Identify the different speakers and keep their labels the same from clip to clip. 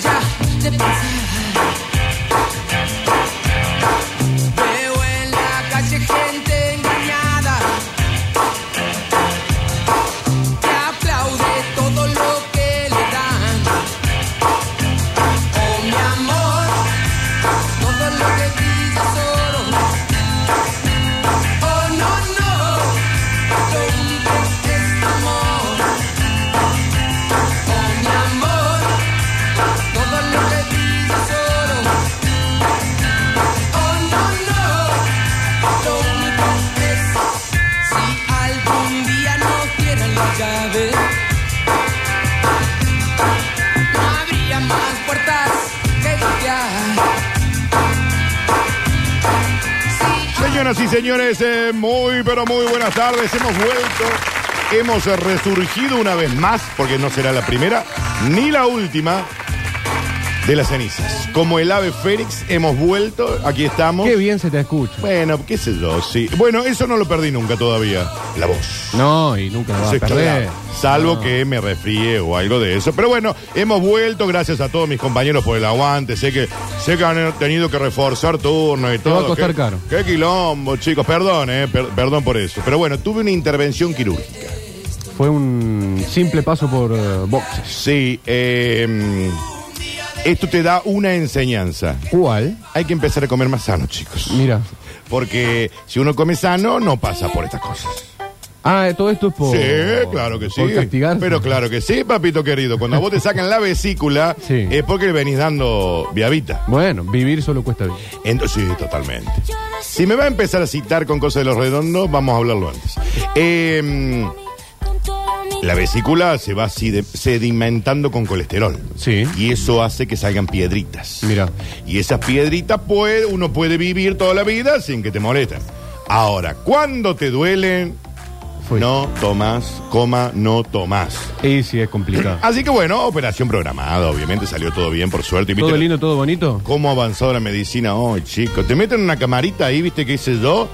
Speaker 1: de pasar. Veo en la calle gente engañada que aplaude todo lo que le dan. Oh, mi amor, todo lo que brilla es oro. Oh, no, no, lo único es amor. Oh, mi amor, todo lo que brilla es oro. Oh, no, no, lo único es si algún día nos dieran la llave. No habría más puertas que golpear.
Speaker 2: Señoras y señores, eh, muy pero muy buenas tardes. Hemos vuelto, hemos eh, resurgido una vez más, porque no será la primera ni la última de las cenizas. Como el ave Fénix, hemos vuelto, aquí estamos.
Speaker 3: Qué bien se te escucha.
Speaker 2: Bueno, qué sé yo, sí. Bueno, eso no lo perdí nunca todavía, la voz.
Speaker 3: No, y nunca lo vas
Speaker 2: Sí,
Speaker 3: a perder.
Speaker 2: claro. Salvo que me refríe o algo de eso. Pero bueno, hemos vuelto, gracias a todos mis compañeros por el aguante. Sé que, sé que han tenido que reforzar turno y todo.
Speaker 3: va a costar
Speaker 2: Qué-
Speaker 3: caro.
Speaker 2: Qué quilombo, chicos. Perdón, eh, per- perdón por eso. Pero bueno, tuve una intervención quirúrgica.
Speaker 3: Fue un simple paso por eh, boxes.
Speaker 2: Sí, eh, mm, esto te da una enseñanza.
Speaker 3: ¿Cuál?
Speaker 2: Hay que empezar a comer más sano, chicos.
Speaker 3: Mira.
Speaker 2: Porque si uno come sano, no pasa por estas cosas.
Speaker 3: Ah, todo esto es por.
Speaker 2: Sí, claro que sí.
Speaker 3: Por castigar.
Speaker 2: Pero claro que sí, papito querido. Cuando a vos te sacan la vesícula,
Speaker 3: Sí.
Speaker 2: es porque le venís dando viavita.
Speaker 3: Bueno, vivir solo cuesta bien.
Speaker 2: Entonces, sí, totalmente. Si me va a empezar a citar con cosas de los redondos, vamos a hablarlo antes. Eh, la vesícula se va sedi- sedimentando con colesterol.
Speaker 3: Sí.
Speaker 2: Y eso hace que salgan piedritas.
Speaker 3: Mira.
Speaker 2: Y esas piedritas puede, uno puede vivir toda la vida sin que te molesten. Ahora, cuando te duelen,
Speaker 3: Fue.
Speaker 2: no tomás, coma, no tomás.
Speaker 3: Y sí, es complicado.
Speaker 2: Así que bueno, operación programada, obviamente salió todo bien, por suerte. Y viste
Speaker 3: todo lindo, todo bonito.
Speaker 2: cómo ha avanzado la medicina hoy, chico. Te meten una camarita ahí, viste, qué sé yo,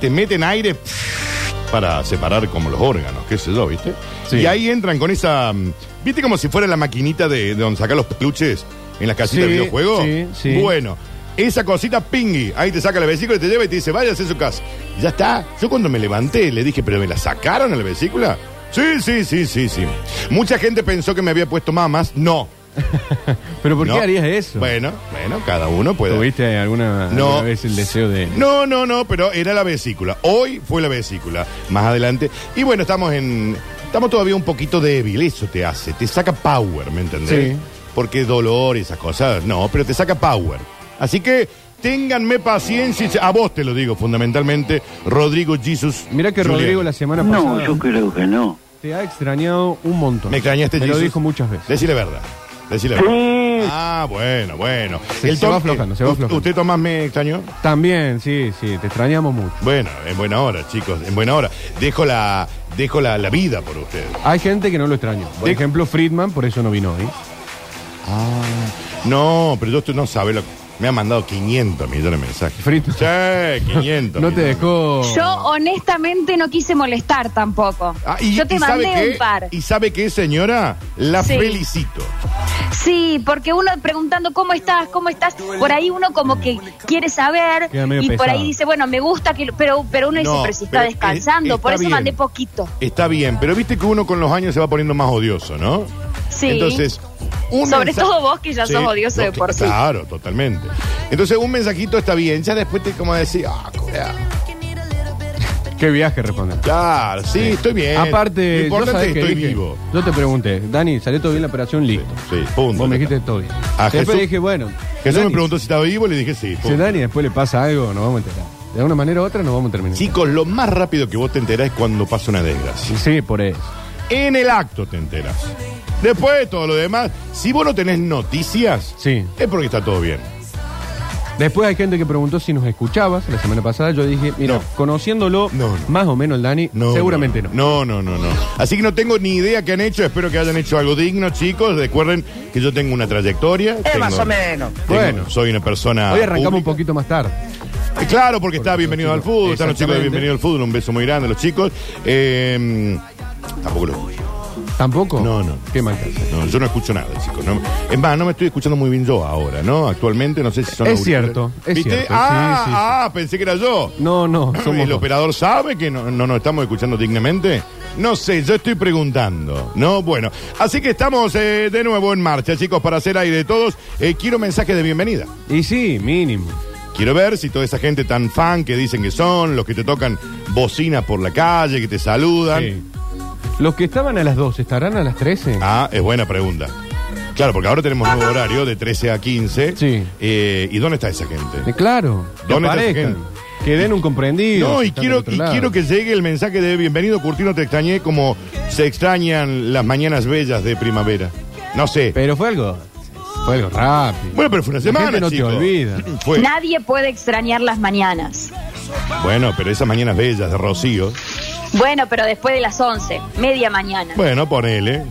Speaker 2: te meten aire pff, para separar como los órganos, qué sé yo, viste.
Speaker 3: Sí.
Speaker 2: Y ahí entran con esa, mm, viste como si fuera la maquinita de, de donde sacar los peluches en las casitas
Speaker 3: Sí,
Speaker 2: de videojuegos.
Speaker 3: sí, sí.
Speaker 2: Bueno. Esa cosita pingui, ahí te saca la vesícula y te lleva y te dice, váyase a su casa. Y ya está. Yo cuando me levanté le dije, ¿pero me la sacaron a la vesícula? Sí, sí, sí, sí, sí. Mucha gente pensó que me había puesto mamas. No.
Speaker 3: Pero ¿por
Speaker 2: No.
Speaker 3: qué harías eso?
Speaker 2: Bueno, bueno, cada uno puede.
Speaker 3: ¿Tuviste alguna,
Speaker 2: No.
Speaker 3: alguna vez el deseo de.?
Speaker 2: No, no, no, pero era la vesícula. Hoy fue la vesícula. Más adelante. Y bueno, estamos en. Estamos todavía un poquito débil. Eso te hace. Te saca power, ¿me entendés?
Speaker 3: Sí.
Speaker 2: Porque dolor y esas cosas. No, pero te saca power. Así que ténganme paciencia. y- A vos te lo digo, fundamentalmente. Rodrigo Jesus.
Speaker 3: Mira que
Speaker 2: Julián.
Speaker 3: Rodrigo la semana
Speaker 4: No,
Speaker 3: pasada
Speaker 4: yo creo que no.
Speaker 3: te ha extrañado un montón.
Speaker 2: Me extrañaste,
Speaker 3: Me lo
Speaker 2: Jesus.
Speaker 3: dijo muchas veces.
Speaker 2: Decile verdad. Decile verdad. Ah, bueno, bueno.
Speaker 3: Se- se
Speaker 2: Tom-
Speaker 3: va aflojando, se va
Speaker 2: ¿Usted-
Speaker 3: aflojando.
Speaker 2: ¿Usted Tomás me extrañó?
Speaker 3: También, sí, sí, te extrañamos mucho.
Speaker 2: Bueno, en buena hora, chicos, en buena hora. Dejo la, dejo la, la vida por ustedes.
Speaker 3: Hay gente que no lo extraña. Por
Speaker 2: De-
Speaker 3: ejemplo, Friedman, por eso no vino hoy.
Speaker 2: No, pero yo tú no sabes lo que... Me ha mandado 500 millones de mensajes.
Speaker 3: Frito.
Speaker 2: Sí, 500
Speaker 3: No te
Speaker 2: millones.
Speaker 3: dejó.
Speaker 5: Yo honestamente no quise molestar tampoco.
Speaker 2: Ah, y,
Speaker 5: Yo te
Speaker 2: y sabe
Speaker 5: mandé
Speaker 2: qué,
Speaker 5: un par.
Speaker 2: ¿Y sabe qué, señora? La
Speaker 5: Sí.
Speaker 2: felicito.
Speaker 5: Sí, porque uno preguntando cómo estás, cómo estás, por ahí uno como que quiere saber
Speaker 3: Queda medio
Speaker 5: y por
Speaker 3: pesado.
Speaker 5: ahí dice, bueno, me gusta que lo- pero pero uno dice,
Speaker 2: No,
Speaker 5: pero si está
Speaker 2: pero, eh,
Speaker 5: descansando,
Speaker 2: está
Speaker 5: por eso
Speaker 2: bien.
Speaker 5: mandé poquito.
Speaker 2: Está bien, pero viste que uno con los años se va poniendo más odioso, ¿no?
Speaker 5: Sí.
Speaker 2: Entonces,
Speaker 5: Sobre todo vos, que ya sos odioso de
Speaker 2: cl-
Speaker 5: por sí.
Speaker 2: Claro, totalmente. Entonces, un mensajito está bien. Ya después te como decir, ah, culiao.
Speaker 3: Qué viaje responde.
Speaker 2: Claro, sí, estoy bien. Eh, Lo
Speaker 3: Aparte, yo
Speaker 2: importante
Speaker 3: sabés
Speaker 2: es que
Speaker 3: que
Speaker 2: estoy
Speaker 3: dije-
Speaker 2: vivo.
Speaker 3: Yo te pregunté, Dani, ¿salió todo bien la operación? Listo.
Speaker 2: Sí, punto.
Speaker 3: Vos me dijiste todo bien.
Speaker 2: A
Speaker 3: Después
Speaker 2: Jesús-
Speaker 3: dije, bueno.
Speaker 2: Jesús
Speaker 3: Dani,
Speaker 2: me preguntó si estaba vivo, le dije sí.
Speaker 3: Si a
Speaker 2: punto.
Speaker 3: Dani después le pasa algo, nos vamos a enterar. De alguna manera u otra nos vamos a terminar.
Speaker 2: Chicos, lo más rápido que vos te enterás es cuando pasa una desgracia.
Speaker 3: Sí, por eso.
Speaker 2: En el acto te enterás. Después de todo lo demás, si vos no tenés noticias,
Speaker 3: Sí.
Speaker 2: es porque está todo bien.
Speaker 3: Después hay gente que preguntó si nos escuchabas la semana pasada. Yo dije, mira,
Speaker 2: No.
Speaker 3: conociéndolo
Speaker 2: No, no.
Speaker 3: más o menos el Dani, seguramente no.
Speaker 2: No, no, no, no. Así que no tengo ni idea qué han hecho. Espero que hayan hecho algo digno, chicos. Recuerden que yo tengo una trayectoria.
Speaker 6: Es más
Speaker 2: tengo-
Speaker 6: o menos.
Speaker 2: tengo-
Speaker 3: Bueno.
Speaker 2: soy una persona.
Speaker 3: Hoy arrancamos un
Speaker 2: pública.
Speaker 3: poquito más tarde.
Speaker 2: Eh, Claro, porque está
Speaker 3: Porque
Speaker 2: bienvenido
Speaker 3: los
Speaker 2: al
Speaker 3: chicos-
Speaker 2: fútbol, están los chicos de
Speaker 3: Exactamente.
Speaker 2: bienvenido al fútbol, un beso muy grande a los chicos. Eh, tampoco lo
Speaker 3: ¿Tampoco?
Speaker 2: No, no.
Speaker 3: Qué mal que hace.
Speaker 2: No, yo no escucho nada, chicos. no- es más, no me estoy escuchando muy bien yo ahora, ¿no? Actualmente no sé si son
Speaker 3: Es
Speaker 2: auriculares.
Speaker 3: cierto, es
Speaker 2: ¿Viste?
Speaker 3: cierto,
Speaker 2: Ah,
Speaker 3: sí, sí, sí.
Speaker 2: ah, pensé que era yo.
Speaker 3: No, no, somos.
Speaker 2: ¿El
Speaker 3: dos.
Speaker 2: operador sabe que no, no nos estamos escuchando dignamente? No sé, yo estoy preguntando. No, bueno. Así que estamos eh, de nuevo en marcha, chicos, para hacer aire de todos. Eh, quiero mensajes de bienvenida.
Speaker 3: Y sí, mínimo.
Speaker 2: Quiero ver si toda esa gente tan fan que dicen que son, los que te tocan bocinas por la calle, que te saludan.
Speaker 3: Sí. Los que estaban a las 2, ¿estarán a las 13?
Speaker 2: Ah, es buena pregunta. Claro, porque ahora tenemos nuevo horario de 13 a 15.
Speaker 3: Sí.
Speaker 2: Eh, ¿Y dónde está esa
Speaker 3: Eh,
Speaker 2: gente?
Speaker 3: Claro. Que
Speaker 2: ¿Dónde está esa
Speaker 3: aparezcan.
Speaker 2: gente?
Speaker 3: Que den un comprendido.
Speaker 2: No,
Speaker 3: si
Speaker 2: y
Speaker 3: están
Speaker 2: quiero,
Speaker 3: del otro
Speaker 2: y
Speaker 3: lado.
Speaker 2: quiero que llegue el mensaje de bienvenido, Curtino, te extrañé como se extrañan las mañanas bellas de primavera. No sé.
Speaker 3: Pero fue algo. Fue algo rápido.
Speaker 2: Bueno, pero fue una
Speaker 3: La
Speaker 2: semana,
Speaker 3: gente no
Speaker 2: chicos.
Speaker 3: te olvida.
Speaker 2: Fue-
Speaker 5: Nadie puede extrañar las mañanas.
Speaker 2: Bueno, pero esas mañanas bellas de Rocío.
Speaker 5: Bueno, pero después de las 11, media mañana.
Speaker 2: Bueno, ponele.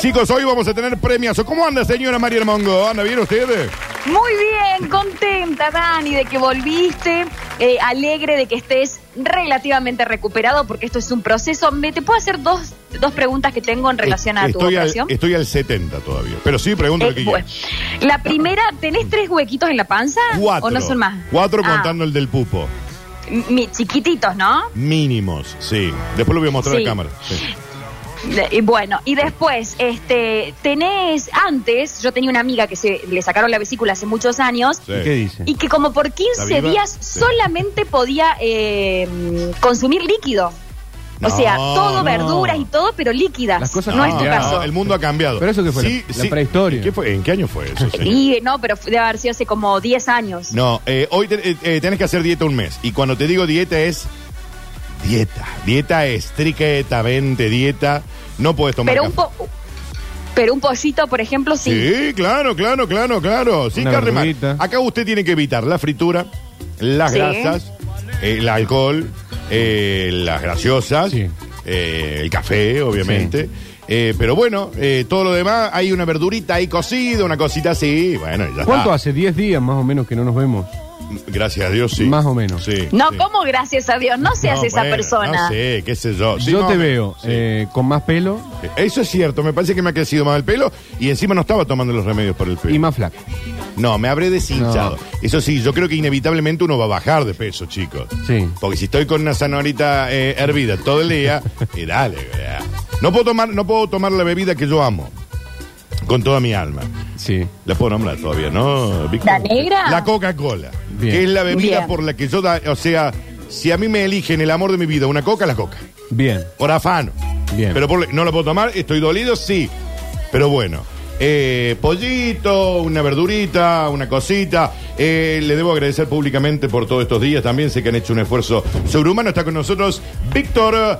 Speaker 2: Chicos, hoy vamos a tener premios. ¿Cómo anda, señora María Mongo? ¿Anda bien usted?
Speaker 5: Muy bien, contenta Dani de que volviste, eh, alegre de que estés relativamente recuperado porque esto es un proceso. ¿Me te puedo hacer dos, dos preguntas que tengo en relación a tu
Speaker 2: estoy al,
Speaker 5: operación?
Speaker 2: estoy al 70 todavía. Pero sí, pregunto lo
Speaker 5: Eh,
Speaker 2: que
Speaker 5: bueno.
Speaker 2: quieras.
Speaker 5: La primera, ¿tenés tres huequitos en la panza?
Speaker 2: Cuatro.
Speaker 5: ¿O no son más?
Speaker 2: Cuatro
Speaker 5: Ah,
Speaker 2: contando el del pupo.
Speaker 5: mi- chiquititos, ¿no?
Speaker 2: Mínimos, sí. Después lo voy a mostrar
Speaker 5: Sí.
Speaker 2: a cámara. sí.
Speaker 5: Le- y Bueno, y después, este, tenés, antes, yo tenía una amiga que se le sacaron la vesícula hace muchos años.
Speaker 2: Sí.
Speaker 3: ¿Y ¿Qué dice?
Speaker 5: Y que como por 15
Speaker 2: ¿Está viva?
Speaker 5: días
Speaker 2: Sí.
Speaker 5: solamente podía eh, consumir líquido.
Speaker 2: No,
Speaker 5: o sea, todo
Speaker 2: no.
Speaker 5: verduras y todo, pero líquidas.
Speaker 3: Las cosas
Speaker 5: no es tu
Speaker 3: cambiaron.
Speaker 5: caso.
Speaker 2: Ah, El mundo ha cambiado.
Speaker 3: Pero eso que fue, la- la prehistoria.
Speaker 2: ¿Qué fue? ¿En qué año fue eso? señor?
Speaker 5: Y no, pero debe haber sido hace como 10 años.
Speaker 2: No, eh, hoy te- eh, eh, tenés que hacer dieta un mes. Y cuando te digo dieta es dieta. Dieta estrictamente dieta. No puedes tomar
Speaker 5: pero un
Speaker 2: café.
Speaker 5: po pero un pollito, por ejemplo, sí.
Speaker 2: Sí, claro, claro, claro, claro. Sin
Speaker 3: Una
Speaker 2: carne mal.
Speaker 3: verdurita.
Speaker 2: Acá usted tiene que evitar la fritura, las
Speaker 5: Sí.
Speaker 2: grasas, el alcohol, eh, las graciosas,
Speaker 3: Sí.
Speaker 2: eh, el café, obviamente. Eh, pero bueno, eh, todo lo demás, hay una verdurita ahí cocida, una cosita así, bueno, ya
Speaker 3: ¿Cuánto
Speaker 2: está.
Speaker 3: hace? 10 días más o menos que no nos vemos.
Speaker 2: Gracias a Dios, sí.
Speaker 3: Más o menos.
Speaker 2: Sí,
Speaker 5: No,
Speaker 2: sí.
Speaker 5: ¿cómo gracias a Dios? No seas
Speaker 2: No,
Speaker 5: esa
Speaker 2: bueno,
Speaker 5: persona.
Speaker 2: No sé, qué sé yo. Sí,
Speaker 3: Yo
Speaker 2: más
Speaker 3: te
Speaker 2: o menos,
Speaker 3: veo
Speaker 2: sí.
Speaker 3: eh, con más pelo
Speaker 2: Eso es cierto, me parece que me ha crecido más el pelo y encima no estaba tomando los remedios por el pelo.
Speaker 3: y más flaco.
Speaker 2: No, me habré deshinchado. Eso sí, yo creo que inevitablemente uno va a bajar de peso, chicos.
Speaker 3: Sí.
Speaker 2: Porque si estoy con una zanahoria eh, hervida todo el día, y dale, ¿verdad? No puedo tomar, no puedo tomar la bebida que yo amo. Con toda mi alma.
Speaker 3: Sí.
Speaker 2: La puedo nombrar todavía, ¿no? Víctor?
Speaker 5: ¿La negra?
Speaker 2: La Coca-Cola.
Speaker 3: Bien.
Speaker 2: Que es la bebida
Speaker 5: Bien.
Speaker 2: por la que yo da, o sea, si a mí me eligen el amor de mi vida, una coca, la coca.
Speaker 3: Bien.
Speaker 2: Por afano.
Speaker 3: Bien.
Speaker 2: Pero por- no la puedo tomar, estoy dolido, sí. Pero bueno. Eh, pollito, una verdurita, una cosita. Eh, le debo agradecer públicamente por todos estos días. También sé que han hecho un esfuerzo sobrehumano. Está con nosotros Víctor eh,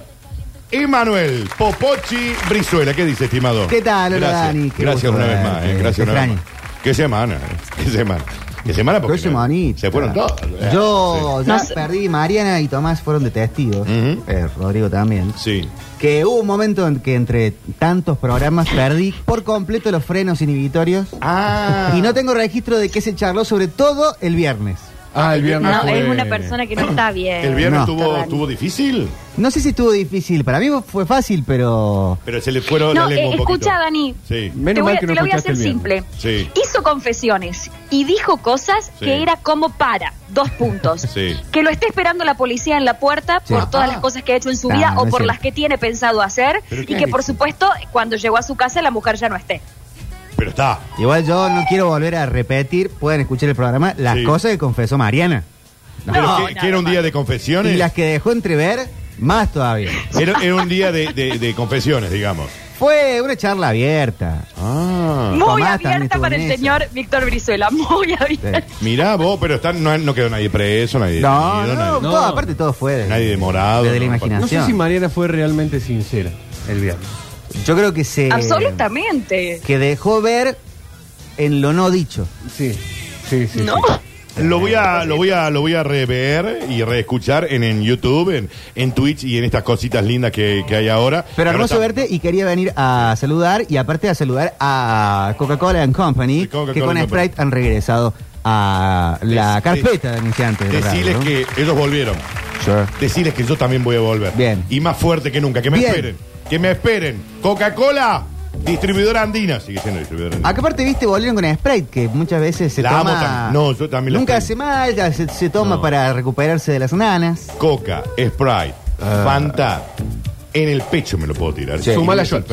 Speaker 2: Emanuel Popochi Brizuela. ¿Qué dice, estimado?
Speaker 4: ¿Qué tal? Hola,
Speaker 2: Gracias.
Speaker 4: Dani. Qué
Speaker 2: Gracias
Speaker 4: gusto
Speaker 2: una vez más. eh.
Speaker 4: verte. Este
Speaker 2: Gracias una vez más.
Speaker 4: Extraño.
Speaker 2: ¿Qué semana? eh. ¿Qué semana? ¿Qué semana? Porque
Speaker 4: Qué semanita.
Speaker 2: Se fueron todos. eh.
Speaker 4: Yo
Speaker 5: No
Speaker 4: ya
Speaker 5: sé.
Speaker 4: perdí, Mariana y Tomás fueron de testigos,
Speaker 2: Ujú.
Speaker 4: eh, Rodrigo también.
Speaker 2: Sí. Sí.
Speaker 4: Que hubo un momento en que entre tantos programas perdí por completo los frenos inhibitorios
Speaker 2: Ah.
Speaker 4: y no tengo registro de qué se charló, sobre todo el viernes.
Speaker 3: Ah, el viernes.
Speaker 5: No,
Speaker 3: fue-
Speaker 5: es una persona que no está bien.
Speaker 2: El viernes
Speaker 4: No.
Speaker 2: tuvo,
Speaker 5: Perdón.
Speaker 2: tuvo difícil,
Speaker 4: No sé si estuvo difícil, para mí fue fácil, pero
Speaker 2: pero se le fueron
Speaker 5: No,
Speaker 2: la lengua
Speaker 5: eh,
Speaker 2: un poquito.
Speaker 5: escucha, Dani.
Speaker 2: Sí.
Speaker 3: Menos
Speaker 5: te voy
Speaker 3: mal
Speaker 5: a-
Speaker 3: que no
Speaker 5: te lo voy a hacer
Speaker 3: escuchaste
Speaker 5: simple.
Speaker 3: el
Speaker 2: Sí.
Speaker 5: Hizo confesiones y dijo cosas
Speaker 2: Sí.
Speaker 5: que era como para, dos puntos.
Speaker 2: Sí.
Speaker 5: Que lo esté esperando la policía en la puerta
Speaker 4: Sí.
Speaker 5: por todas
Speaker 2: Ah.
Speaker 5: las cosas que ha hecho en su
Speaker 4: No,
Speaker 5: vida
Speaker 4: no
Speaker 5: o
Speaker 4: es
Speaker 5: por las
Speaker 4: cierto.
Speaker 5: que tiene pensado hacer
Speaker 2: Pero
Speaker 5: y
Speaker 2: ¿qué
Speaker 5: que por
Speaker 2: dice?
Speaker 5: supuesto cuando llegó a su casa la mujer ya no esté.
Speaker 2: Pero está.
Speaker 4: igual yo no quiero volver a repetir, pueden escuchar el programa, las
Speaker 2: Sí.
Speaker 4: cosas que confesó Mariana.
Speaker 2: Pero
Speaker 5: No,
Speaker 2: que,
Speaker 5: no,
Speaker 2: que era un
Speaker 5: no.
Speaker 2: día de confesiones.
Speaker 4: Y las que dejó entrever, más todavía.
Speaker 2: Era, era un día de, de- de confesiones, digamos.
Speaker 4: Fue una charla abierta.
Speaker 2: Ah.
Speaker 5: Muy
Speaker 4: Tomás también
Speaker 5: abierta
Speaker 4: estuvo
Speaker 5: para
Speaker 4: en
Speaker 5: el
Speaker 4: esa.
Speaker 5: señor Víctor Brizuela, muy abierta.
Speaker 2: Mirá vos, pero están, no, no quedó nadie preso, nadie.
Speaker 4: No,
Speaker 2: detenido,
Speaker 4: no,
Speaker 2: Eh, nadie-
Speaker 4: todo, aparte todo fue de,
Speaker 2: Nadie demorado,
Speaker 4: de
Speaker 2: no,
Speaker 4: la
Speaker 3: No sé
Speaker 4: imaginación.
Speaker 3: si Mariana fue realmente sincera el viernes.
Speaker 4: Yo creo que se
Speaker 5: Absolutamente.
Speaker 4: que dejó ver en lo no dicho.
Speaker 3: Sí. Sí, sí.
Speaker 5: No.
Speaker 3: sí.
Speaker 2: Lo voy a, lo voy a, lo voy a rever y reescuchar en, en YouTube, en, en Twitch y en estas cositas lindas que, que hay ahora.
Speaker 4: Pero hermoso
Speaker 2: está-
Speaker 4: verte y quería venir a saludar y aparte a saludar a Coca-Cola and Company
Speaker 2: Sí, Coca-Cola
Speaker 4: que con
Speaker 2: and Company.
Speaker 4: Sprite han regresado a la
Speaker 2: Dec-
Speaker 4: carpeta de anunciantes. de
Speaker 2: Deciles
Speaker 4: radio.
Speaker 2: que ellos volvieron.
Speaker 4: Sí.
Speaker 2: Decirles que yo también voy a volver.
Speaker 4: Bien.
Speaker 2: Y más fuerte que nunca, que me
Speaker 4: Bien.
Speaker 2: esperen. Que me esperen. Coca-Cola, distribuidora andina. Sigue siendo distribuidora andina.
Speaker 4: Acá aparte, viste, volvieron con Sprite, que muchas veces se
Speaker 2: La amo
Speaker 4: toma...
Speaker 2: también. No, yo también la
Speaker 4: Nunca
Speaker 2: tengo.
Speaker 4: hace mal, ya se, se toma
Speaker 2: No.
Speaker 4: para recuperarse de las nanas.
Speaker 2: Coca, Sprite, Fanta. En el pecho me lo puedo tirar.
Speaker 4: Ah. Sí.
Speaker 2: Suma
Speaker 3: Sumala
Speaker 2: la shot.
Speaker 3: Schweppes.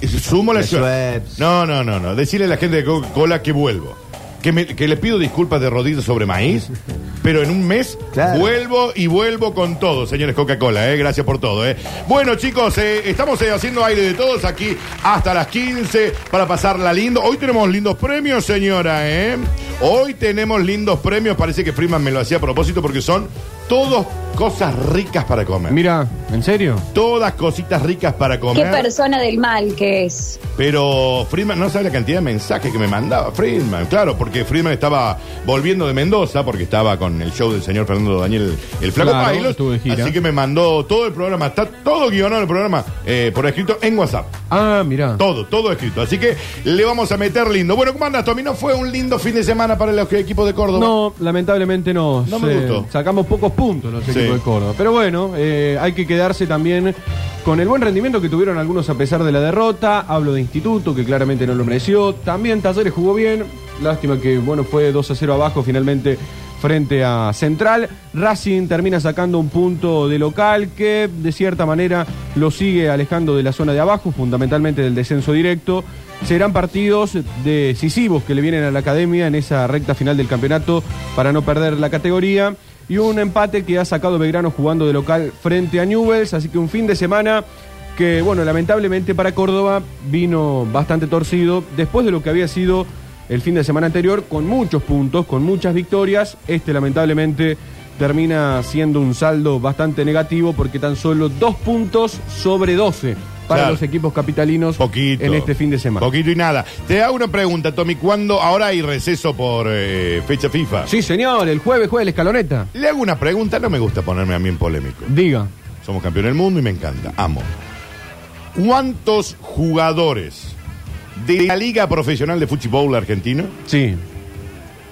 Speaker 2: Feliz. Y Sumo la
Speaker 4: La
Speaker 2: shot.
Speaker 4: Schweppes.
Speaker 2: No, no, no, no. Decirle a la gente de Coca-Cola que vuelvo. Que, me- que le pido disculpas de rodillas sobre maíz, pero en un mes
Speaker 4: Claro.
Speaker 2: vuelvo y vuelvo con todo, señores Coca-Cola, ¿eh? gracias por todo. ¿eh? Bueno, chicos, eh, estamos eh, haciendo aire de todos aquí hasta las 15 para pasarla lindo. Hoy tenemos lindos premios, señora. ¿eh? Hoy tenemos lindos premios, parece que Prima me lo hacía a propósito porque son todos cosas ricas para comer.
Speaker 3: Mira, ¿en serio?
Speaker 2: Todas cositas ricas para
Speaker 5: Qué
Speaker 2: comer.
Speaker 5: persona del mal que es.
Speaker 2: Pero Friedman no sabe la cantidad de mensajes que me mandaba. Friedman, claro, porque Friedman estaba volviendo de Mendoza, porque estaba con el show del señor Fernando Daniel, el flaco
Speaker 3: Claro,
Speaker 2: Pailos.
Speaker 3: estuvo de gira.
Speaker 2: Así que me mandó todo el programa, está todo guionado el programa eh, por escrito en WhatsApp.
Speaker 3: Ah, mira.
Speaker 2: Todo, todo escrito. Así que le vamos a meter lindo. Bueno, ¿cómo andas, Tommy? ¿No fue un lindo fin de semana para los equipos de Córdoba?
Speaker 3: No, lamentablemente no.
Speaker 2: No me gustó.
Speaker 3: Sacamos pocos puntos los
Speaker 2: Sí.
Speaker 3: equipos de Córdoba. Pero bueno, eh, hay que quedarse también con el buen rendimiento que tuvieron algunos a pesar de la derrota. Hablo de Instituto, que claramente no lo mereció. También Talleres jugó bien. Lástima que, bueno, fue 2 a 0 abajo finalmente frente a Central. Racing termina sacando un punto de local que, de cierta manera, lo sigue alejando de la zona de abajo, fundamentalmente del descenso directo. Serán partidos decisivos que le vienen a la academia en esa recta final del campeonato para no perder la categoría. Y un empate que ha sacado Belgrano jugando de local frente a Newells. Así que un fin de semana que, bueno, lamentablemente para Córdoba vino bastante torcido. Después de lo que había sido el fin de semana anterior, con muchos puntos, con muchas victorias, este lamentablemente termina siendo un saldo bastante negativo porque tan solo dos puntos sobre 12 para
Speaker 2: Claro.
Speaker 3: los equipos capitalinos
Speaker 2: Poquito.
Speaker 3: en este fin de semana.
Speaker 2: Poquito y nada. Te hago una pregunta, Tommy. ¿Cuándo? Ahora hay receso por eh, fecha FIFA.
Speaker 3: Sí, señor, el jueves juega la escaloneta.
Speaker 2: Le hago una pregunta, no me gusta ponerme a mí en polémico.
Speaker 3: Diga.
Speaker 2: Somos campeón del mundo y me encanta, amo. ¿Cuántos jugadores de la Liga Profesional de Fútbol Argentino
Speaker 3: Sí.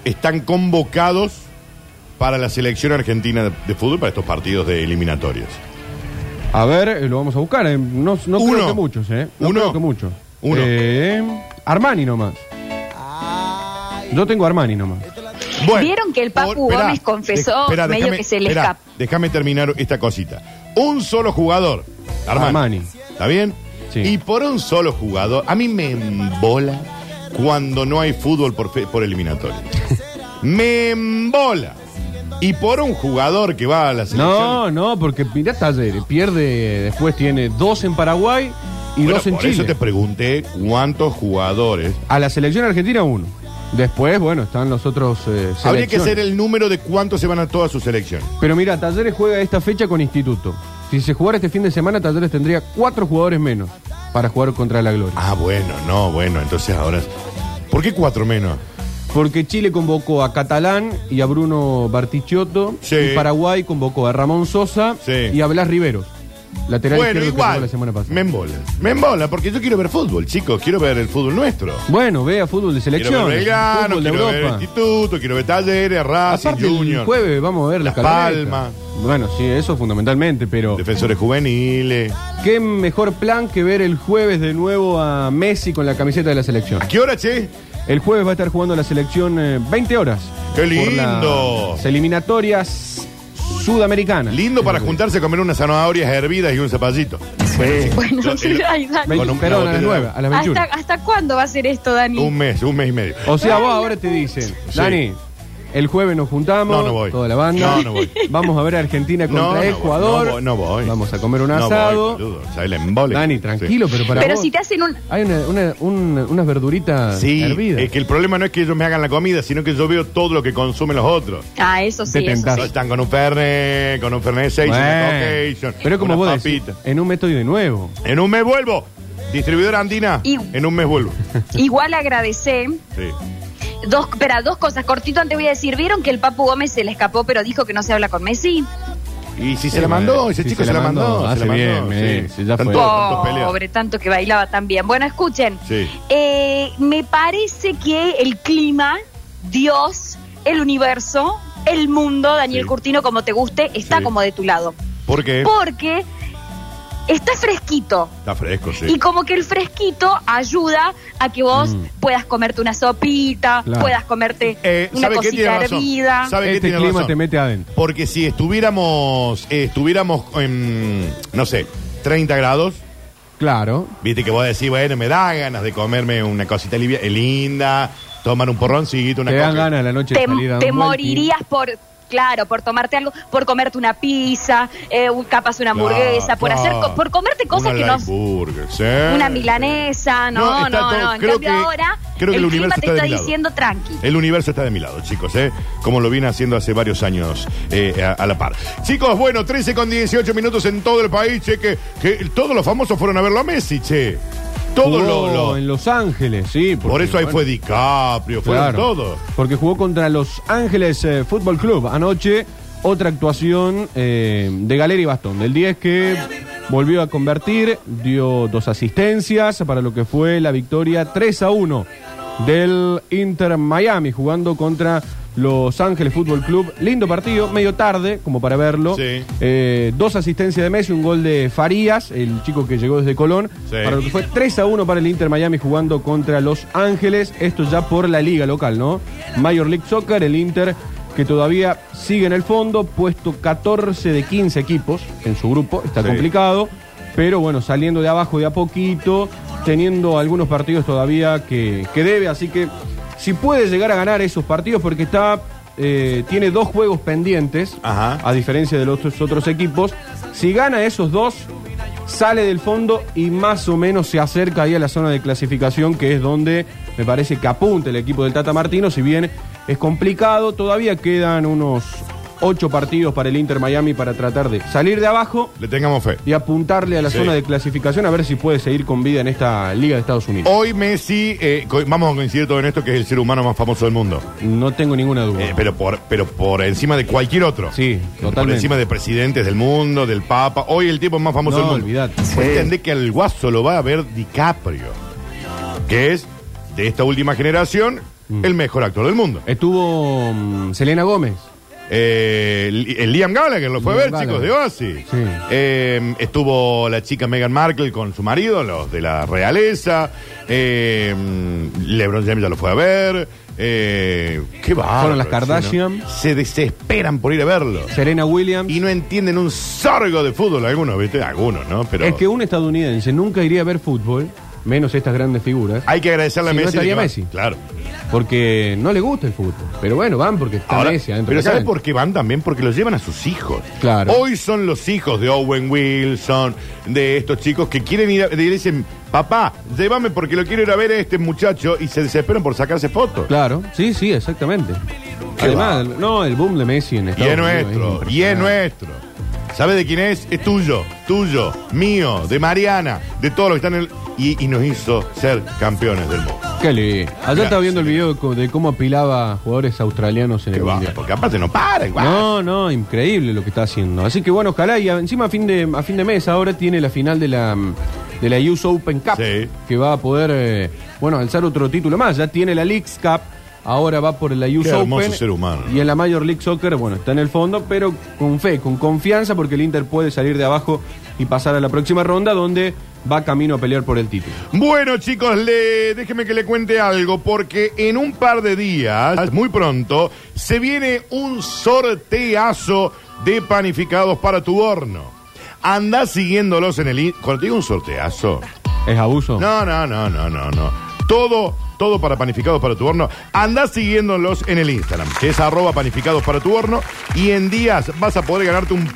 Speaker 2: están convocados para la selección argentina de- de fútbol para estos partidos de eliminatorias?
Speaker 3: A ver, eh, lo vamos a buscar. eh. No, no
Speaker 2: Uno.
Speaker 3: creo que muchos, ¿eh? No
Speaker 2: Uno.
Speaker 3: creo que muchos.
Speaker 2: Uno.
Speaker 3: Eh, Armani nomás. Yo tengo Armani nomás.
Speaker 5: ¿Vieron que el Papu Gómez confesó
Speaker 2: de- espera,
Speaker 5: medio que se le
Speaker 2: espera,
Speaker 5: escapa?
Speaker 2: Déjame terminar esta cosita. Un solo jugador, Armani.
Speaker 3: Armani.
Speaker 2: ¿Está bien?
Speaker 3: Sí.
Speaker 2: Y por un solo jugador, a mí me embola cuando no hay fútbol por, fe- por eliminatoria. me embola. Y por un jugador que va a la selección.
Speaker 3: No, no, porque mirá Talleres. Pierde, después tiene dos en Paraguay y
Speaker 2: Bueno,
Speaker 3: dos en
Speaker 2: por
Speaker 3: Chile.
Speaker 2: eso te pregunté cuántos jugadores.
Speaker 3: A la selección argentina uno. Después, bueno, están los otros eh,
Speaker 2: Habría que
Speaker 3: selecciones.
Speaker 2: ser el número de cuántos se van a toda su selección.
Speaker 3: Pero mira, Talleres juega esta fecha con Instituto. Si se jugara este fin de semana, Talleres tendría cuatro jugadores menos para jugar contra la Gloria.
Speaker 2: Ah, bueno, no, bueno, entonces ahora. ¿Por qué cuatro menos?
Speaker 3: Porque Chile convocó a Catalán y a Bruno Bartichotto.
Speaker 2: Sí.
Speaker 3: Y Paraguay convocó a Ramón Sosa
Speaker 2: Sí.
Speaker 3: y a Blas Riveros. Lateral
Speaker 2: Bueno,
Speaker 3: izquierdo que jugó
Speaker 2: igual.
Speaker 3: la semana pasada.
Speaker 2: Me embola. Me embola, porque yo quiero ver fútbol, chicos. Quiero ver el fútbol nuestro.
Speaker 3: Bueno, vea fútbol de
Speaker 2: Quiero
Speaker 3: selección.
Speaker 2: ver Belgrano,
Speaker 3: Fútbol de
Speaker 2: quiero ver
Speaker 3: Europa.
Speaker 2: Instituto, quiero ver Talleres, Racing,
Speaker 3: Aparte, el
Speaker 2: Junior,
Speaker 3: jueves vamos a ver la
Speaker 2: Las
Speaker 3: escaloneta.
Speaker 2: Palmas.
Speaker 3: Bueno, sí, eso fundamentalmente, pero
Speaker 2: Defensores Juveniles.
Speaker 3: qué mejor plan que ver el jueves de nuevo a Messi con la camiseta de la selección.
Speaker 2: ¿A qué hora, che?
Speaker 3: El jueves va a estar jugando la selección eh, 20 horas.
Speaker 2: ¡Qué
Speaker 3: por
Speaker 2: lindo!
Speaker 3: las eliminatorias sudamericanas.
Speaker 2: Lindo para juntarse a comer unas zanahorias hervidas y un zapallito. Yo-
Speaker 5: Bueno, sí,
Speaker 2: el-
Speaker 5: ay, Dani.
Speaker 2: Con un-
Speaker 3: perdón, a las
Speaker 2: una
Speaker 3: 9, a las 21.
Speaker 5: ¿Hasta, ¿Hasta cuándo va a ser esto, Dani?
Speaker 2: Un mes, un mes y medio.
Speaker 3: O sea, vos ahora te dicen, Dani, el jueves nos juntamos,
Speaker 2: No, no voy.
Speaker 3: toda la banda.
Speaker 2: No, no voy.
Speaker 3: Vamos a ver a Argentina contra
Speaker 2: No, no, voy,
Speaker 3: Ecuador.
Speaker 2: no voy, no voy.
Speaker 3: Vamos a comer un
Speaker 2: No voy,
Speaker 3: asado.
Speaker 2: boludo, o sea, el embole.
Speaker 3: Dani, tranquilo,
Speaker 2: Sí.
Speaker 3: pero para
Speaker 5: Pero
Speaker 3: vos
Speaker 5: si te hacen un...
Speaker 3: hay una- una- un- unas verduritas
Speaker 2: Sí,
Speaker 3: hervidas.
Speaker 2: es que el problema no es que ellos me hagan la comida, sino que yo veo todo lo que consumen los otros.
Speaker 5: Ah, eso sí,
Speaker 3: Te
Speaker 5: eso
Speaker 3: tentás.
Speaker 5: sí.
Speaker 2: Están con un Fernet, con un Fernet 6,
Speaker 3: Bueno, pero es como vos decís, en un método de nuevo.
Speaker 2: En un mes vuelvo. Distribuidora andina.
Speaker 5: Y-
Speaker 2: En un mes vuelvo.
Speaker 5: Igual agradecer.
Speaker 2: Sí.
Speaker 5: Dos, espera, dos cosas. Cortito antes voy a decir, ¿vieron que el Papu Gómez se le escapó pero dijo que no se habla con Messi?
Speaker 2: Y si se
Speaker 3: Eh,
Speaker 2: la mandó,
Speaker 3: bueno,
Speaker 2: ese
Speaker 3: si
Speaker 2: chico
Speaker 3: se
Speaker 2: se la
Speaker 3: la
Speaker 2: mandó.
Speaker 3: mandó,
Speaker 2: se la
Speaker 3: hace
Speaker 2: mandó,
Speaker 3: bien, eh,
Speaker 2: sí.
Speaker 3: sí, ya
Speaker 2: Están
Speaker 3: fue.
Speaker 2: todos- tantos peleas.
Speaker 5: Pobre, tanto que bailaba tan bien. Bueno, escuchen.
Speaker 2: Sí.
Speaker 5: Eh, me parece que el clima, Dios, el universo, el mundo, Daniel
Speaker 2: Sí.
Speaker 5: Curtino, como te guste, está
Speaker 2: Sí. Eh.
Speaker 5: como de tu lado.
Speaker 2: ¿Por qué?
Speaker 5: Porque está fresquito.
Speaker 2: Está fresco, sí. Mm.
Speaker 5: Y como que el fresquito ayuda a que vos puedas comerte una sopita,
Speaker 3: Claro.
Speaker 5: puedas comerte
Speaker 2: Eh,
Speaker 5: una
Speaker 2: ¿Sabe qué tiene
Speaker 5: cosita
Speaker 2: razón?
Speaker 5: hervida.
Speaker 2: ¿Sabe qué
Speaker 3: Este
Speaker 2: tiene
Speaker 3: clima
Speaker 2: razón?
Speaker 3: te mete adentro.
Speaker 2: Porque si estuviéramos, eh, estuviéramos en, no sé, 30 grados,
Speaker 3: Claro.
Speaker 2: viste que vos decís, bueno, me da ganas de comerme una cosita livia- eh, linda, tomar un porroncito, una
Speaker 3: Te dan
Speaker 2: coca.
Speaker 3: ganas la noche
Speaker 5: te,
Speaker 3: de salir a
Speaker 5: te
Speaker 3: dar un walking.
Speaker 5: morirías por claro por tomarte algo por comerte una pizza eh, un, capaz una
Speaker 2: Claro,
Speaker 5: hamburguesa por
Speaker 2: claro.
Speaker 5: hacer co- por comerte cosas
Speaker 2: Una
Speaker 5: que no
Speaker 2: light burger, sí.
Speaker 5: una milanesa
Speaker 2: No,
Speaker 5: no no
Speaker 2: está
Speaker 5: no,
Speaker 2: todo-
Speaker 5: en
Speaker 2: creo
Speaker 5: cambio
Speaker 2: que-
Speaker 5: ahora
Speaker 2: creo que el
Speaker 5: el, clima
Speaker 2: universo
Speaker 5: te
Speaker 2: está de
Speaker 5: está
Speaker 2: mi lado. Eh,
Speaker 5: diciendo tranqui
Speaker 2: El universo está de mi lado, chicos, ¿eh? Como lo viene haciendo hace varios años eh, a, a la par. Chicos, bueno, 13 con 18 minutos en todo el país, che, que, que todos los famosos fueron a verlo a Messi, che. Todos
Speaker 3: Jugó
Speaker 2: los... los-
Speaker 3: Oh, en Los Ángeles, sí. porque,
Speaker 2: Por eso ahí
Speaker 3: bueno,
Speaker 2: fue DiCaprio, fueron
Speaker 3: claro,
Speaker 2: todos.
Speaker 3: Porque jugó contra Los Ángeles eh, Fútbol Club anoche. Otra actuación eh, de Galeri Bastón, del 10 que volvió a convertir, dio dos asistencias para lo que fue la victoria 3 a 1 del Inter Miami jugando contra Los Ángeles Fútbol Club. Lindo partido, medio tarde como para verlo.
Speaker 2: Sí.
Speaker 3: Eh, dos asistencias de Messi, un gol de Farías, el chico que llegó desde Colón,
Speaker 2: Sí.
Speaker 3: para lo que fue 3 a 1 para el Inter Miami jugando contra Los Ángeles. Esto ya por la liga local, ¿no? Major League Soccer, el Inter que todavía sigue en el fondo, puesto 14 de 15 equipos en su grupo. Está
Speaker 2: Sí.
Speaker 3: complicado, pero bueno, saliendo de abajo de a poquito, teniendo algunos partidos todavía que, que debe. Así que si puede llegar a ganar esos partidos, porque está. eh, tiene dos juegos pendientes
Speaker 2: Ajá.
Speaker 3: a diferencia de los otros- otros equipos. Si gana esos dos, sale del fondo y más o menos se acerca ahí a la zona de clasificación, que es donde me parece que apunta el equipo del Tata Martino. Si bien es complicado, todavía quedan unos ocho partidos para el Inter Miami para tratar de salir de abajo
Speaker 2: Le tengamos fe.
Speaker 3: y apuntarle a la
Speaker 2: Sí.
Speaker 3: zona de clasificación a ver si puede seguir con vida en esta Liga de Estados Unidos.
Speaker 2: Hoy Messi, eh, co- vamos a coincidir todo en esto, que es el ser humano más famoso del mundo.
Speaker 3: No tengo ninguna duda.
Speaker 2: Oh. Eh, pero, por, pero por encima de cualquier otro.
Speaker 3: Sí,
Speaker 2: Por
Speaker 3: totalmente.
Speaker 2: encima de presidentes del mundo, del Papa. Hoy el tipo más famoso
Speaker 3: No,
Speaker 2: del mundo.
Speaker 3: olvidate.
Speaker 2: Vos entendés que al guaso lo va a ver DiCaprio, que es de esta última generación el mejor actor del mundo.
Speaker 3: Estuvo mm, Selena Gómez.
Speaker 2: Eh, Li- el Liam Gallagher lo fue
Speaker 3: Liam
Speaker 2: a ver, chicos, de
Speaker 3: Gallagher.
Speaker 2: Oasis.
Speaker 3: Sí.
Speaker 2: Eh, estuvo la chica Meghan Markle con su marido, los de la realeza. Eh, LeBron James ya lo fue a ver. Eh, qué va.
Speaker 3: las Kardashian.
Speaker 2: Se desesperan por ir a verlo.
Speaker 3: Serena Williams.
Speaker 2: Y no entienden un sorgo de fútbol algunos, ¿viste? Algunos, ¿no? Pero
Speaker 3: Es que un estadounidense nunca iría a ver fútbol, menos estas grandes figuras,
Speaker 2: hay que agradecerle a
Speaker 3: Si no
Speaker 2: Messi. de
Speaker 3: estaría
Speaker 2: que va-
Speaker 3: Messi.
Speaker 2: Claro.
Speaker 3: porque no le gusta el fútbol. Pero bueno, van porque está
Speaker 2: Ahora,
Speaker 3: Messi adentro.
Speaker 2: pero
Speaker 3: de la
Speaker 2: ¿sabes
Speaker 3: cancha.
Speaker 2: por qué van también? Porque los llevan a sus hijos.
Speaker 3: Claro.
Speaker 2: Hoy son los hijos de Owen Wilson, de estos chicos que quieren ir a, le dicen, papá, llévame porque lo quiero ir a ver a este muchacho y se desesperan por sacarse fotos.
Speaker 3: Claro, sí, sí, exactamente.
Speaker 2: Qué
Speaker 3: Además, no, el boom de Messi en
Speaker 2: Y
Speaker 3: Estados
Speaker 2: es
Speaker 3: Unidos
Speaker 2: nuestro, y es
Speaker 3: impresionante.
Speaker 2: nuestro. ¿Sabes de quién es? Es tuyo, tuyo, mío, de Mariana, de todos los que están en el... Y, y nos hizo ser campeones del mundo.
Speaker 3: Qué lindo. Allá estaba viendo el video de co- de cómo apilaba jugadores australianos en
Speaker 2: Qué
Speaker 3: el
Speaker 2: va,
Speaker 3: Mundial.
Speaker 2: porque aparte no para, igual.
Speaker 3: No, no, increíble lo que está haciendo. Así que bueno, ojalá. Y a- encima a fin de, a fin de mes ahora tiene la final de la mm, de la US Open Cup.
Speaker 2: Sí.
Speaker 3: Que va a poder, eh, bueno, alzar otro título más. Ya tiene la Leagues Cup. Ahora va por la US
Speaker 2: Qué hermoso
Speaker 3: Open.
Speaker 2: ser humano, ¿no?
Speaker 3: Y en la Major League Soccer, bueno, está en el fondo, pero con fe, con confianza, porque el Inter puede salir de abajo y pasar a la próxima ronda, donde va camino a pelear por el título.
Speaker 2: Bueno, chicos, le, déjeme que le cuente algo, porque en un par de días, muy pronto, se viene un sorteazo de panificados para tu horno. Anda siguiéndolos en el... in- Cuando te digo un sorteazo...
Speaker 3: ¿Es abuso?
Speaker 2: No, no, no, no, no, no. Todo, todo para panificados para tu horno. Andá siguiéndolos en el Instagram, que es arroba panificados para tu horno. Y en días vas a poder ganarte un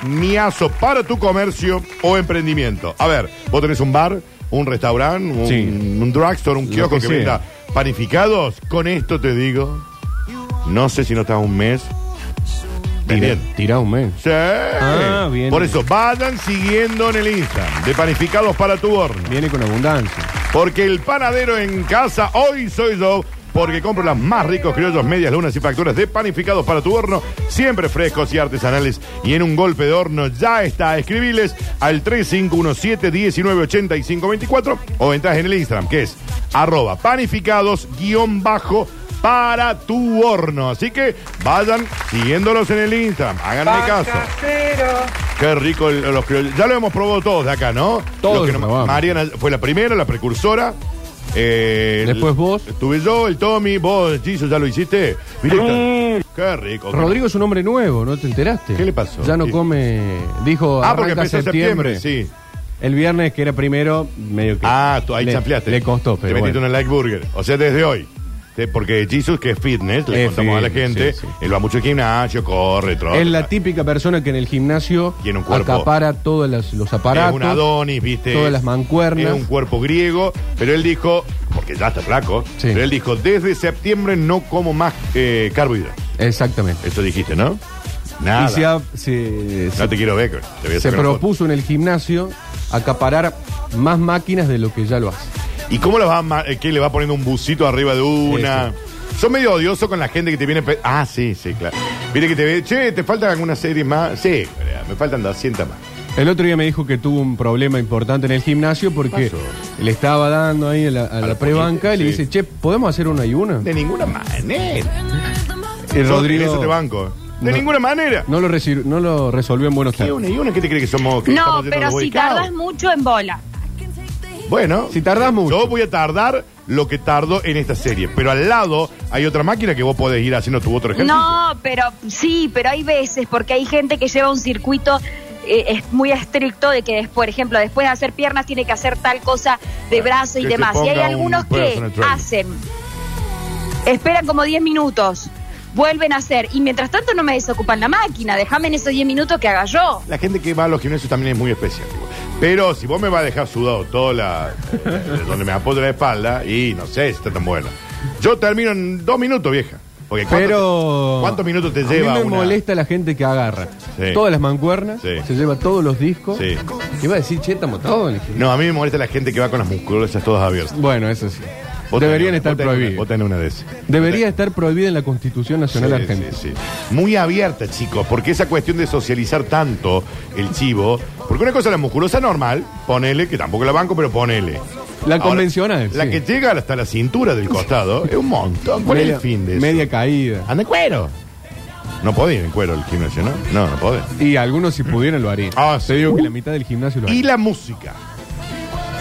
Speaker 2: premiazo para tu comercio o emprendimiento. A ver, vos tenés un bar, un restaurante, un,
Speaker 3: Sí.
Speaker 2: un drugstore, un
Speaker 3: Lo
Speaker 2: kiosco
Speaker 3: que
Speaker 2: que,
Speaker 3: sea.
Speaker 2: venda panificados. Con esto te digo, no sé si no estás un mes.
Speaker 3: Tira,
Speaker 2: Bien.
Speaker 3: tira un mes.
Speaker 2: Sí.
Speaker 3: Ah, bien.
Speaker 2: Por eso, vayan siguiendo en el Instagram de Panificados para tu horno.
Speaker 3: Viene con abundancia.
Speaker 2: Porque el panadero en casa hoy soy yo. Porque compro las más ricos criollos, medias lunas y facturas de panificados para tu horno, siempre frescos y artesanales. Y en un golpe de horno ya está. Escribiles al 3517-198524 o entras en el Instagram, que es arroba panificados-panificados para tu horno. Así que vayan siguiéndolos en el Instagram, háganme caso. Qué rico el- los criollos. Ya lo hemos probado todos de acá, ¿no?
Speaker 3: Todos
Speaker 2: Los que
Speaker 3: lo probamos.
Speaker 2: Mariana fue la primera, la precursora. Eh,
Speaker 3: Después vos.
Speaker 2: Estuve yo, el Tommy, vos, Giso, ¿ya lo hiciste? Mirá, Qué rico.
Speaker 3: Rodrigo es un hombre nuevo, ¿no te enteraste?
Speaker 2: ¿Qué le pasó?
Speaker 3: Ya no
Speaker 2: Sí.
Speaker 3: come. Dijo.
Speaker 2: Ah, porque
Speaker 3: arranca
Speaker 2: empezó en septiembre, sí.
Speaker 3: El viernes, que era primero, medio que.
Speaker 2: Ah, tú ahí
Speaker 3: le,
Speaker 2: champleaste.
Speaker 3: Le costó,
Speaker 2: Te
Speaker 3: pero.
Speaker 2: metiste
Speaker 3: bueno.
Speaker 2: una like burger. O sea, desde hoy. Te- Porque Jesus, que es fitness, le
Speaker 3: Es
Speaker 2: contamos a la
Speaker 3: fitness,
Speaker 2: gente,
Speaker 3: Eh, sí, sí.
Speaker 2: él va mucho al gimnasio, corre, trota.
Speaker 3: Es la típica persona que en el gimnasio
Speaker 2: Tiene un cuerpo.
Speaker 3: acapara todos los, los aparatos.
Speaker 2: Es un Adonis, ¿viste?
Speaker 3: Todas las mancuernas.
Speaker 2: Es un cuerpo griego, pero él dijo, porque ya está flaco,
Speaker 3: Sí.
Speaker 2: pero él dijo, desde septiembre no como más eh, carbohidratos.
Speaker 3: Exactamente.
Speaker 2: Eso dijiste, ¿no? Nada.
Speaker 3: Y se, ha- se- se-
Speaker 2: No te quiero ver, te voy a
Speaker 3: se
Speaker 2: sacar una foto.
Speaker 3: propuso en el gimnasio acaparar más máquinas de lo que ya lo hace.
Speaker 2: ¿Y cómo lo va, ma- eh, que le va poniendo un busito arriba de una? Son medio odiosos con la gente que te viene. pe- Ah, sí, sí, claro. Mire que te ve, che, ¿te faltan algunas series más? Sí, me faltan 200 más.
Speaker 3: El otro día me dijo que tuvo un problema importante en el gimnasio porque
Speaker 2: pasó?
Speaker 3: le estaba dando ahí a la, a la
Speaker 2: la
Speaker 3: prebanca y le
Speaker 2: poquita, sí.
Speaker 3: dice, che, ¿podemos hacer una y una?
Speaker 2: De ninguna manera.
Speaker 3: Y
Speaker 2: Yo
Speaker 3: Rodrigo
Speaker 2: en eso te banco. De
Speaker 3: No.
Speaker 2: ninguna manera.
Speaker 3: no lo, reci- no lo resolvió en buenos
Speaker 2: ¿Qué
Speaker 3: términos.
Speaker 2: una y una? ¿Qué te crees que somos? que
Speaker 5: No,
Speaker 2: estamos yendo
Speaker 5: pero
Speaker 2: los
Speaker 5: si
Speaker 2: Boy Scouts?
Speaker 5: tardas mucho en bola.
Speaker 2: Bueno,
Speaker 3: Si tardás mucho.
Speaker 2: Yo voy a tardar lo que tardo en esta serie. Pero al lado hay otra máquina que vos podés ir haciendo tu otro ejercicio.
Speaker 5: No, pero sí, pero hay veces, porque hay gente que lleva un circuito eh, es muy estricto de que, des- por ejemplo, después de hacer piernas tiene que hacer tal cosa de brazo y
Speaker 2: que se
Speaker 5: demás. Y hay
Speaker 2: ponga
Speaker 5: algunos
Speaker 2: un
Speaker 5: que
Speaker 2: personal trainer.
Speaker 5: hacen, esperan como 10 minutos, vuelven a hacer, y mientras tanto no me desocupan la máquina, déjame en esos 10 minutos que haga yo.
Speaker 2: La gente que va a los gimnasios también es muy especial. igual. Pero si vos me vas a dejar sudado toda la. eh, donde me apoyo la espalda, y no sé si está tan bueno. Yo termino en dos minutos, vieja. Porque ¿cuánto-
Speaker 3: Pero...
Speaker 2: ¿Cuántos minutos te
Speaker 3: a
Speaker 2: lleva?
Speaker 3: mí me
Speaker 2: una-
Speaker 3: molesta la gente que agarra
Speaker 2: Sí.
Speaker 3: todas las mancuernas,
Speaker 2: Sí.
Speaker 3: se lleva todos los discos.
Speaker 2: Sí.
Speaker 3: Y va a decir, che, estamos todos en el gimnasio.
Speaker 2: No, a mí me molesta la gente que va con las musculosas todas abiertas.
Speaker 3: Bueno, eso sí.
Speaker 2: Vos
Speaker 3: Deberían
Speaker 2: tenés-
Speaker 3: estar
Speaker 2: vos tenés una- Vos
Speaker 3: prohibidos.
Speaker 2: tenés una de esas.
Speaker 3: Debería estar prohibida en la Constitución Nacional
Speaker 2: Sí,
Speaker 3: Argentina.
Speaker 2: sí, sí. Muy abierta, chicos, porque esa cuestión de socializar tanto el chivo, porque una cosa es la musculosa normal, ponele, que tampoco la banco, pero ponele.
Speaker 3: La convencional,
Speaker 2: La
Speaker 3: sí.
Speaker 2: que llega hasta la cintura del costado, es un montón. ¿Cuál es
Speaker 3: Media,
Speaker 2: el fin de eso?
Speaker 3: media caída.
Speaker 2: Anda en cuero. No podés ir en cuero el gimnasio, ¿no? No, no podés.
Speaker 3: Y algunos si pudieran lo harían.
Speaker 2: Ah,
Speaker 3: Te
Speaker 2: sí.
Speaker 3: digo que la mitad del gimnasio lo
Speaker 2: Y
Speaker 3: haría.
Speaker 2: la música.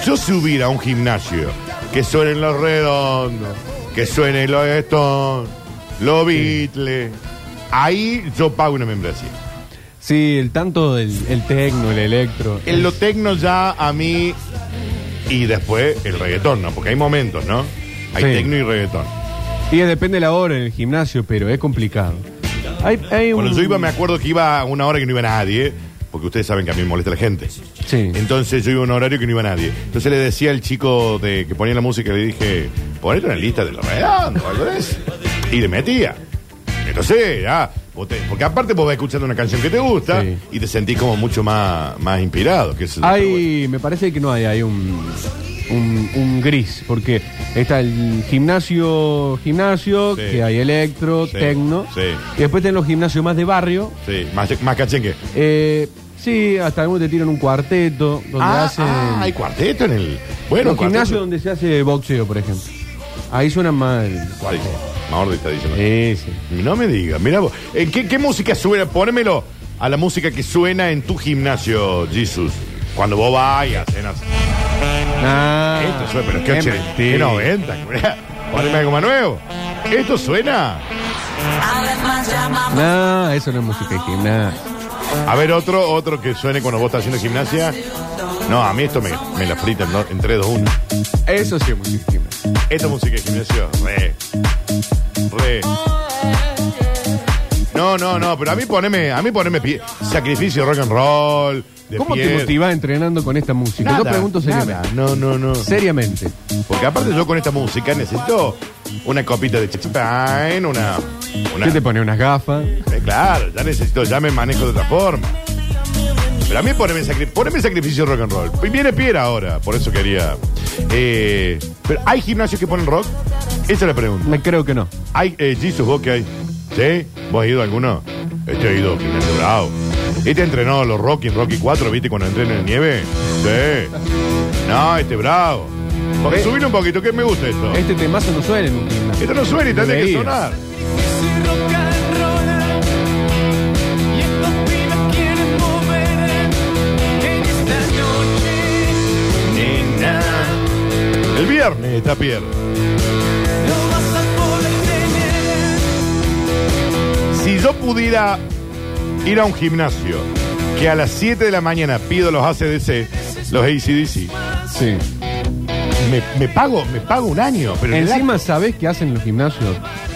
Speaker 2: Yo si hubiera un gimnasio que suenen los redondos, que suenen los Stones, los Beatles, ahí yo pago una membresía.
Speaker 3: Sí, el tanto del el tecno, el electro.
Speaker 2: En lo tecno ya a mí. Y después el reggaetón, ¿no? Porque hay momentos, ¿no? Hay
Speaker 3: Sí.
Speaker 2: tecno y reggaetón.
Speaker 3: Y depende de la hora en el gimnasio, pero es complicado. Hay, hay un...
Speaker 2: Cuando yo iba, me acuerdo que iba a una hora que no iba nadie. Porque ustedes saben que a mí me molesta la gente.
Speaker 3: Sí.
Speaker 2: Entonces yo iba a un horario que no iba nadie. Entonces le decía al chico de, que ponía la música, le dije, ponete una lista de los redondos, o algo de eso. Y le metía. Entonces, ya, vos te- porque aparte vos vas escuchando una canción que te gusta
Speaker 3: Sí.
Speaker 2: y te sentís como mucho más, más inspirado. Que eso está bueno.
Speaker 3: Hay, me parece que no hay, hay un, un, un gris, porque está el gimnasio, gimnasio,
Speaker 2: Sí.
Speaker 3: que hay electro,
Speaker 2: Sí.
Speaker 3: tecno,
Speaker 2: Sí.
Speaker 3: y después tienen los gimnasios más de barrio,
Speaker 2: Sí, más, más cachengue.
Speaker 3: eh, sí, hasta algunos te tiran un cuarteto, donde
Speaker 2: Ah,
Speaker 3: hacen...
Speaker 2: ah, hay cuarteto en el. Bueno,
Speaker 3: los
Speaker 2: cuarteto-
Speaker 3: gimnasios donde se hace boxeo, por ejemplo. Ahí suena mal.
Speaker 2: Sí, Maordi está diciendo. Eh,
Speaker 3: Sí, sí.
Speaker 2: No me digas, mira vos. ¿En qué, qué música suena? Pónemelo a la música que suena en tu gimnasio, Jesus. Cuando vos vayas, cenas.
Speaker 3: Ah,
Speaker 2: Esto suena, pero qué ¿eh?
Speaker 3: qué
Speaker 2: ochenta- qué
Speaker 3: mentira.
Speaker 2: 90. mira. Poneme algo más nuevo. Esto suena.
Speaker 3: No, eso no es música de gimnasio.
Speaker 2: A ver, otro, otro que suene cuando vos estás haciendo gimnasia. No, a mí esto me, me la fritan ¿no? en 3, 2, 1.
Speaker 3: Eso sí es música de gimnasio.
Speaker 2: Esta música de gimnasio, re. Re. No, no, no, pero a mí poneme, a mí poneme pie- sacrificio rock and roll. de
Speaker 3: ¿Cómo te
Speaker 2: piel.
Speaker 3: motivás entrenando con esta música?
Speaker 2: Nada,
Speaker 3: Yo pregunto seriamente.
Speaker 2: nada. No, no, no.
Speaker 3: Seriamente.
Speaker 2: Porque aparte yo con esta música necesito una copita de champagne, una. una
Speaker 3: ¿Qué te pone unas gafas?
Speaker 2: Eh, claro, ya necesito, ya me manejo de otra forma. Pero a mí poneme, sacri- poneme sacrificio rock and roll. Y viene Piera ahora, por eso quería. Eh, pero ¿hay gimnasios que ponen rock? Esa es la pregunta.
Speaker 3: Me creo que no.
Speaker 2: Hay, eh, Jesus, vos que hay. ¿Sí? ¿Vos has ido a alguno? Este ha ido, que me ha bravo. Este entrenó los Rocky en Rocky 4, ¿viste? Cuando entrena en nieve. Sí. No, este bravo.
Speaker 3: Eh.
Speaker 2: Subir un poquito, que me gusta esto.
Speaker 3: Este temazo no suena en un gimnasio.
Speaker 2: Esto no suena y tendría que
Speaker 3: Debería.
Speaker 2: sonar.
Speaker 1: Soy rock and roll y estos pibes quieren mover en esta noche.
Speaker 2: El viernes está Pierre.
Speaker 1: No vas a poder tener.
Speaker 2: Si yo pudiera ir a un gimnasio que a las 7 de la mañana pido los ACDC, los ACDC,
Speaker 3: Sí.
Speaker 2: me, me pago, me pago un año. Pero el
Speaker 3: Encima, ¿sabés qué hacen los gimnasios?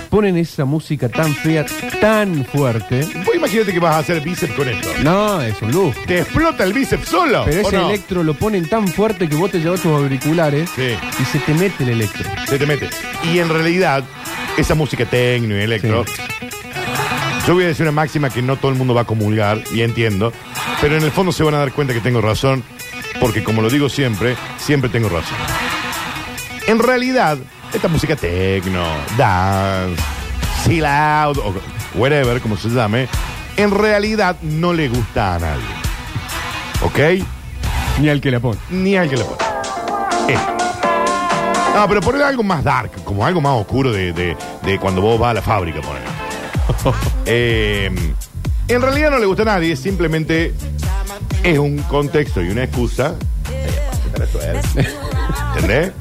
Speaker 3: Ponen esa música tan fea, tan fuerte.
Speaker 2: ac- vos imagínate que vas a hacer bíceps con esto.
Speaker 3: No, es un lujo.
Speaker 2: Te explota el bíceps solo.
Speaker 3: Pero
Speaker 2: Oh, ¿o
Speaker 3: ese
Speaker 2: no?
Speaker 3: electro lo ponen tan fuerte que vos te llevas tus auriculares
Speaker 2: Sí.
Speaker 3: y se te mete el electro.
Speaker 2: Se te mete. Y en realidad, esa música tecno y electro.
Speaker 3: Sí.
Speaker 2: Yo voy a decir una máxima que no todo el mundo va a comulgar, y entiendo, pero en el fondo se van a dar cuenta que tengo razón, porque como lo digo siempre, siempre tengo razón. En realidad, esta música techno, dance, chill out, o whatever, como se llame, en realidad no le gusta a nadie. ¿Ok?
Speaker 3: Ni al que la pone.
Speaker 2: Ni al que le pone. Eh. No, pero poner algo más dark, como algo más oscuro de, de- de cuando vos vas a la fábrica, poner. Em, en realidad no le gusta a nadie, simplemente es un contexto y una excusa. Eh, ¿Entendés?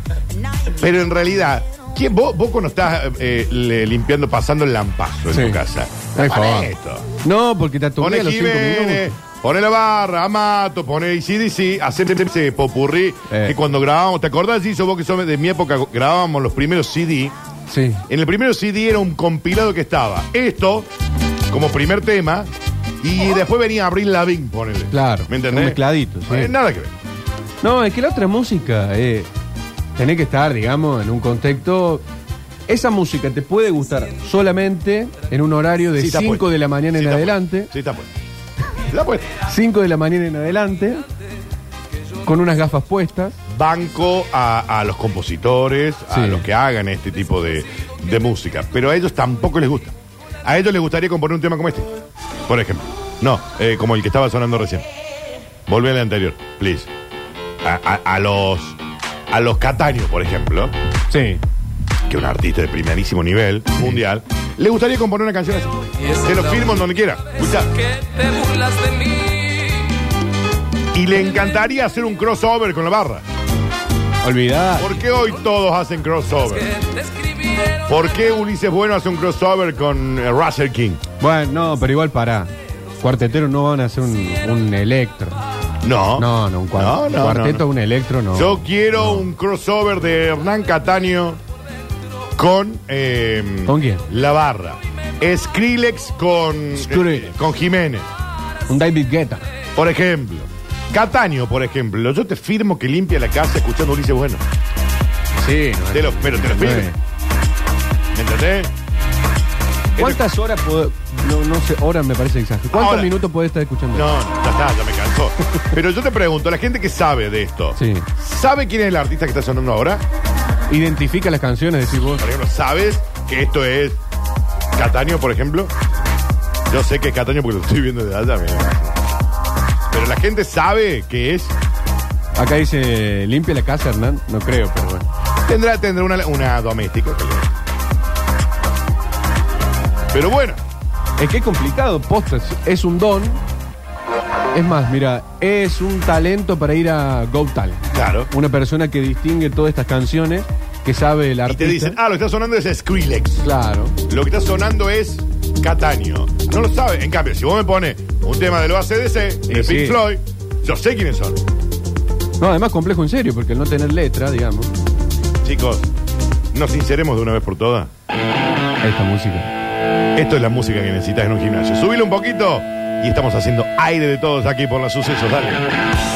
Speaker 2: Pero en realidad, ¿quién- vos, vos cuando estás eh, le- limpiando, pasando el lampazo en
Speaker 3: Sí.
Speaker 2: tu casa,
Speaker 3: Ay,
Speaker 2: pon
Speaker 3: joder.
Speaker 2: esto.
Speaker 3: No, porque te
Speaker 2: Pone
Speaker 3: aturdía a los cinco
Speaker 2: Jiménez,
Speaker 3: minutos.
Speaker 2: pone la barra, Amato, pone ICDC, hacemos ese popurrí
Speaker 3: Eh.
Speaker 2: que cuando grabábamos, ¿te acordás, Giso, vos que sos de mi época, grabábamos los primeros CD?
Speaker 3: Sí.
Speaker 2: En el primero CD era un compilado que estaba esto como primer tema y después venía Abril Lavigne, ponele.
Speaker 3: Claro,
Speaker 2: ¿Me entendés?
Speaker 3: un mezcladito, sí.
Speaker 2: Eh, nada que ver.
Speaker 3: No, es que la otra música, eh, tenés que estar, digamos, en un contexto. Esa música te puede gustar solamente en un horario de
Speaker 2: Sí, está
Speaker 3: 5
Speaker 2: puesto.
Speaker 3: de la mañana
Speaker 2: Sí,
Speaker 3: en
Speaker 2: está puesto.
Speaker 3: adelante.
Speaker 2: Sí, está pues. Está pues.
Speaker 3: 5 de la mañana en adelante. Con unas gafas puestas.
Speaker 2: banco a, a los compositores, a
Speaker 3: Sí.
Speaker 2: los que hagan este tipo de, de música. Pero a ellos tampoco les gusta. A ellos les gustaría componer un tema como este, por ejemplo. No, eh, como el que estaba sonando recién. Volvé al anterior, please. A, a- a los a los Cataño, por ejemplo,
Speaker 3: Sí.
Speaker 2: que es un artista de primerísimo nivel mundial, le gustaría componer una canción así. Se lo firmo en donde quiera. Escuchá.
Speaker 1: Que te burlas de mí.
Speaker 2: Y le encantaría hacer un crossover con la barra.
Speaker 3: Olvidá.
Speaker 2: ¿Por qué hoy todos hacen crossover?
Speaker 1: Que te escribieron.
Speaker 2: ¿Por qué Ulises Bueno hace un crossover con eh, Russell King?
Speaker 3: Bueno, no, pero igual pará. Cuartetero no van a hacer un, un electro.
Speaker 2: No.
Speaker 3: No, no, un cuar-
Speaker 2: No, no,
Speaker 3: cuarteto,
Speaker 2: no, no.
Speaker 3: un electro, no.
Speaker 2: Yo quiero un crossover de Hernán Cataño con. eh,
Speaker 3: ¿Con quién?
Speaker 2: La Barra. Skrillex con.
Speaker 3: Skrillex.
Speaker 2: eh, con Jiménez,
Speaker 3: Un David Guetta.
Speaker 2: por ejemplo. Cataño, por ejemplo. Yo te firmo que limpia la casa escuchando a Ulises Bueno.
Speaker 3: Sí, no,
Speaker 2: Te lo, pero te lo
Speaker 3: no
Speaker 2: firmo.
Speaker 3: es.
Speaker 2: ¿Me entendés?
Speaker 3: ¿Cuántas horas puedo.? No, no sé, horas me parece exacto. ¿Cuántos
Speaker 2: Ahora.
Speaker 3: minutos puede estar escuchando?
Speaker 2: No, no, ya está, ya me cansó. Pero yo te pregunto, la gente que sabe de esto,
Speaker 3: Sí.
Speaker 2: ¿sabe quién es el artista que está sonando ahora?
Speaker 3: Identifica las canciones, decís vos.
Speaker 2: Por ejemplo, ¿sabes que esto es Cataño, por ejemplo? Yo sé que es Cataño porque lo estoy viendo desde allá, mira. Pero la gente sabe que es.
Speaker 3: Acá dice, limpia la casa, Hernán. No creo, pero bueno.
Speaker 2: Tendrá, tendrá una, una doméstica. que le- Pero bueno,
Speaker 3: Es que es complicado, postas. Es un don. Es más, mira, es un talento para ir a Go Talent.
Speaker 2: claro.
Speaker 3: Una persona que distingue todas estas canciones, que sabe el
Speaker 2: Y
Speaker 3: artista.
Speaker 2: te dicen, ah, lo que está sonando es Skrillex.
Speaker 3: Claro.
Speaker 2: Lo que está sonando es Cataño. No lo sabe. En cambio, si vos me pones un tema de los ACDC, de Pink
Speaker 3: sí.
Speaker 2: Floyd, yo sé quiénes son.
Speaker 3: No, además complejo en serio, porque al no tener letra, digamos,
Speaker 2: Chicos, nos sinceremos de una vez por todas.
Speaker 3: esta música.
Speaker 2: Esto es la música que necesitas en un gimnasio. Subile un poquito y estamos haciendo aire de todos aquí por los sucesos. Dale.